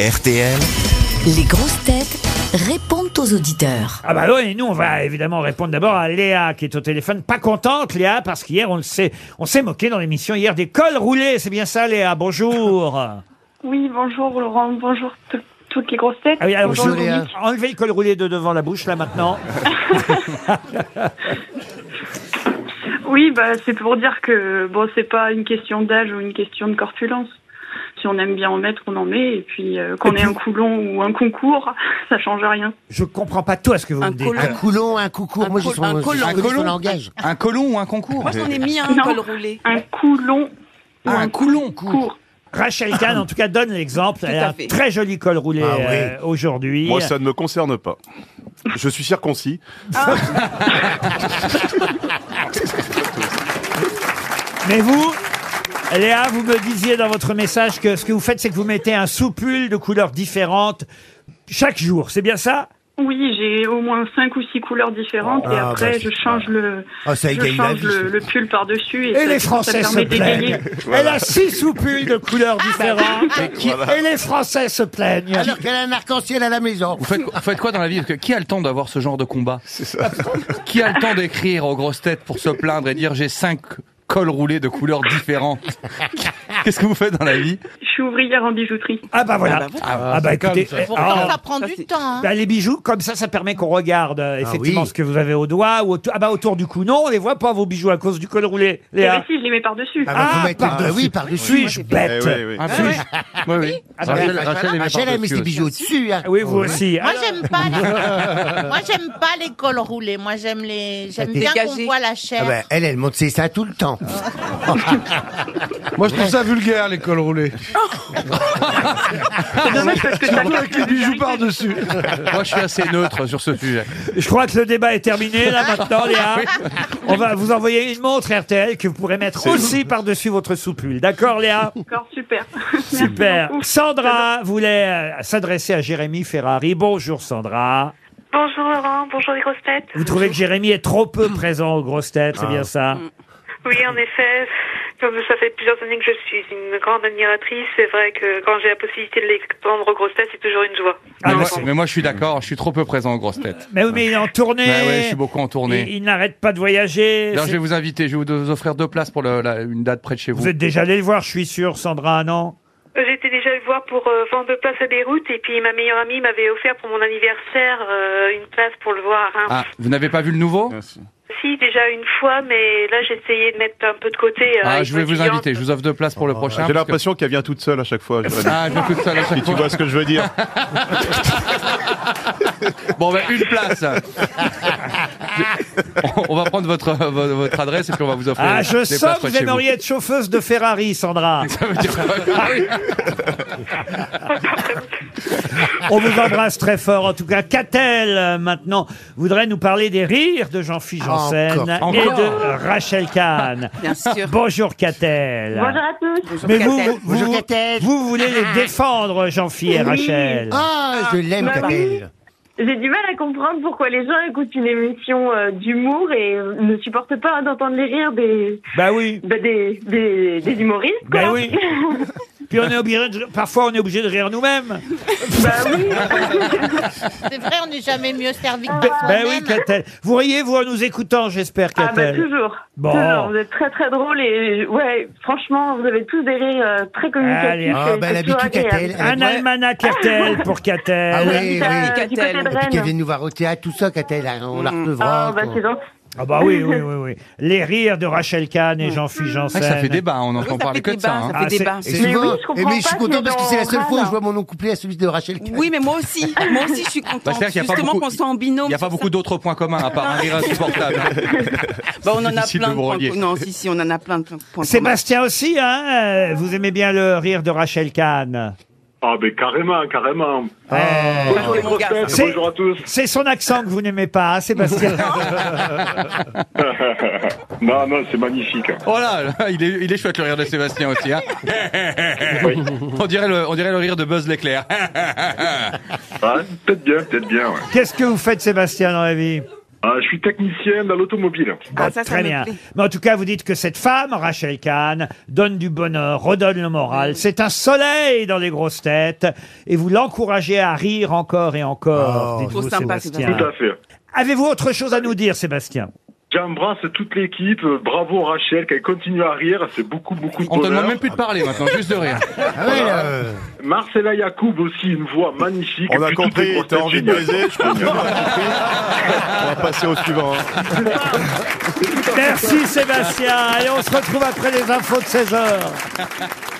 RTL. Les grosses têtes répondent aux auditeurs. Ah bah oui, et nous on va évidemment répondre d'abord à Léa qui est au téléphone, pas contente Léa parce qu'hier on le sait, on s'est moqué dans l'émission hier des cols roulés, c'est bien ça Léa, bonjour. Ah Oui, bonjour Laurent, bonjour tout- toutes les grosses têtes. oui, alors, bonjour je- enlevez le col roulé de devant la bouche là maintenant. Dominique. Oui, bah, c'est pour dire que bon, c'est pas une question d'âge ou une question de corpulence. Si on aime bien en mettre, on en met. Et puis euh, qu'on Et ait puis- un coulon ou un concours, ça change rien. Je comprends pas tout à ce que vous Un me dites. col- Un coulon, un coucourt, Un moi j'ai col- son, un je colon. connais Un colon. son langage. Un colon ou un concours Moi, j'en ai mis un Non. col roulé. Un coulon ou Ah, un Un coulon cours. Rachel Kahn en tout cas donne l'exemple, elle a à un fait. très joli col roulé Ah oui. euh, aujourd'hui. Moi, ça ne me concerne pas. Je suis circoncis. Mais vous Léa, vous me disiez dans votre message que ce que vous faites c'est que vous mettez un soupule de couleurs différentes chaque jour, c'est bien ça Oui, j'ai au moins cinq ou six couleurs différentes et Ah, après bah, je c'est- change le, Ah, ça je égaye la change vie, le, ça. le pull par dessus Et les Français ça se permet d'égayer. plaignent. Elle a six soupules de couleurs différentes. Et les Français se plaignent. Alors qu'elle a un arc-en-ciel à la maison. Vous faites, vous faites quoi dans la vie Parce que Qui a le temps d'avoir ce genre de combat Qui a le temps d'écrire aux grosses têtes pour se plaindre et dire j'ai cinq cols roulés de couleurs différentes Qu'est-ce que vous faites dans la vie Je suis ouvrière en bijouterie. ah bah voilà. Ah bah Ah bah écoutez, eh, ah, ça prend du temps. hein. bah les bijoux, comme ça, ça permet qu'on regarde euh, effectivement oui. ce que vous avez au doigt ou autour, ah bah autour du cou. Non, on les voit pas vos bijoux à cause du col roulé, Et Léa. Eh ben, si je les mets par dessus. Ah, bah, vous mettez- par-dessus. ah oui, par-dessus. Suis-je bête Eh oui, oui. Un fiche Oui, oui. Ah bah, Rachel- Rachel, Rachel aimait Rachel, elle met par-dessus ses bijoux dessus. hein. Ah Oui, vous aussi. Moi, Alors, j'aime pas les... Moi, j'aime pas les cols roulés. Moi, j'aime les... J'aime t'es bien qu'on dégagé. voit la chair. Ah bah, elle, elle monte ses seins tout le temps. Moi, je trouve ça vulgaire, les cols roulés. C'est dommage parce que ça casse Avec les bijoux par-dessus. Moi, je suis assez neutre sur ce sujet. je crois que le débat est terminé là maintenant, Léa. On va vous envoyer une montre RTL que vous pourrez mettre aussi par-dessus votre soupule. D'accord, Léa D'accord, super. Super. Sandra voulait euh, s'adresser à Jérémy Ferrari. Bonjour Sandra. Bonjour Laurent, bonjour les grosses têtes. Vous trouvez que Jérémy est trop peu présent aux grosses têtes, Ah. c'est bien ça Oui, en effet, comme ça fait plusieurs années que je suis une grande admiratrice, c'est vrai que quand j'ai la possibilité de l'extendre aux grosses têtes, c'est toujours une joie. Ah, Mais bah, moi, c'est- mais moi, je suis d'accord, je suis trop peu présent aux grosses têtes. mais, oui, mais il est en tournée. Bah Ouais, ouais, je suis beaucoup en tournée. Il, il n'arrête pas de voyager. D'ailleurs, C'est- je vais vous inviter, je vais vous offrir deux places pour le- la- une date près de chez vous. Vous êtes déjà allé le voir, je suis sûr, Sandra, non Euh, J'étais déjà le voir pour euh, vendre de place à Beyrouth et puis ma meilleure amie m'avait offert pour mon anniversaire euh, une place pour le voir. Hein. Ah, vous n'avez pas vu le nouveau Si, déjà une fois, mais là j'ai essayé de mettre un peu de côté. euh, Ah, avec je vais ma vous cliente. inviter, je vous offre deux places pour le prochain. Ah, J'ai parce que- l'impression qu'elle vient toute seule à chaque fois. Jérémy. Ah, je vais toute seule à Si chaque tu fois. vois ce que je veux dire. Bon, ben, une place. On- On va prendre votre, votre, votre adresse et puis on va vous offrir Ah, je des sens places que près de vous chez vous. aimeriez Ah être chauffeuse de Ferrari, Sandra. Ça veut dire quoi Ah, On vous embrasse très fort, en tout cas. Catel, euh, maintenant, voudrait nous parler des rires de Jean-Philippe Ah, Janssen encore. et Encore. de Rachel Kahn. Bien sûr. Bonjour, Catel. à tous. Bonjour, Mais vous, Catel. vous, Bonjour, vous- Catel. vous voulez les défendre, Jean-Philippe et Rachel. Ah, je l'aime, bah Capelle. J'ai du mal à comprendre pourquoi les gens écoutent une émission euh, d'humour et euh, ne supportent pas d'entendre les rires des, Bah oui. bah, des, des, des humoristes. Quoi. Bah oui. Puis on est obligé de- parfois on est obligé de rire nous-mêmes. Bah oui. C'est vrai, on n'est jamais mieux servi que Ben par ben Ah. soi-même. oui, Catel. Vous riez, vous, en nous écoutant, j'espère, Ah bah Catel. toujours. Bon. Toujours. Vous êtes très très drôles et ouais, franchement, vous avez tous des rires euh, très Allez. communicatifs. Ah, bah, et c'est elle habite toujours où, Catel agréable. Un almanach Catel pour Catel. Ah oui, Elle oui. habite, euh, oui. du Catel. côté de Et puis qu'elle Rennes. vienne nous voir au théâtre, tout ça, Catel, hein, on la recevra. Ah bah quoi. c'est gentil. Ah bah oui, oui, oui, oui. Les rires de Rachel Kahn et Jean-Philippe Ah, Janssen. ça fait débat, on Ça entend fait parler que de ça. débat, hein. ça Ah, fait c'est- débat. Et Mais souvent- oui, je comprends eh, mais je suis pas, content c'est parce que c'est la dans seule fois où Rana. je vois mon nom couplé à celui de Rachel Kahn. Oui, mais moi aussi. Moi aussi, je suis Bah, contente. c'est-à-dire qu'il y a pas Justement, beaucoup- qu'on soit en binôme. Il n'y a pas sur beaucoup d'autres points communs à part un rire insupportable. ça. Bah, on en a difficile de plein de vous points. relier. co- Non, si, si, on en a plein de points. communs. Sébastien aussi, hein euh, Vous aimez bien le rire de Rachel Kahn. Ah, mais carrément, carrément. Euh, Bonjour, les grosses têtes. C'est- Bonjour à tous. C'est son accent que vous n'aimez pas, hein, Sébastien. Bah, non, non, c'est magnifique. Oh là, là, il est, il est chouette le rire de Sébastien aussi. Hein. On, dirait le, on dirait le rire de Buzz l'éclair. Ah, peut-être bien, peut-être bien. ouais. Qu'est-ce que vous faites, Sébastien, dans la vie Ah, je suis technicien dans l'automobile. Bon, très bien. Mais en tout cas, vous dites que cette femme, Rachel Kahn, donne du bonheur, redonne le Mm. moral. C'est un soleil dans les grosses têtes. Et vous l'encouragez à rire encore et encore. Oh, dites-vous, trop sympa, Sébastien. Sébastien. Tout à fait. Avez-vous autre chose à nous dire, Sébastien J'embrasse toute l'équipe. Bravo Rachel, qu'elle continue à rire. C'est beaucoup, beaucoup de On te demande bonheur. même plus de parler maintenant, juste de rire. Voilà. Marcella Yacoub aussi, une voix magnifique. On a Puis toutes compris, les grosses t'as envie de têtes géniales. baiser, je comprends, on On va passer au suivant. hein. Merci Sébastien. Et on se retrouve après les infos de 16 heures.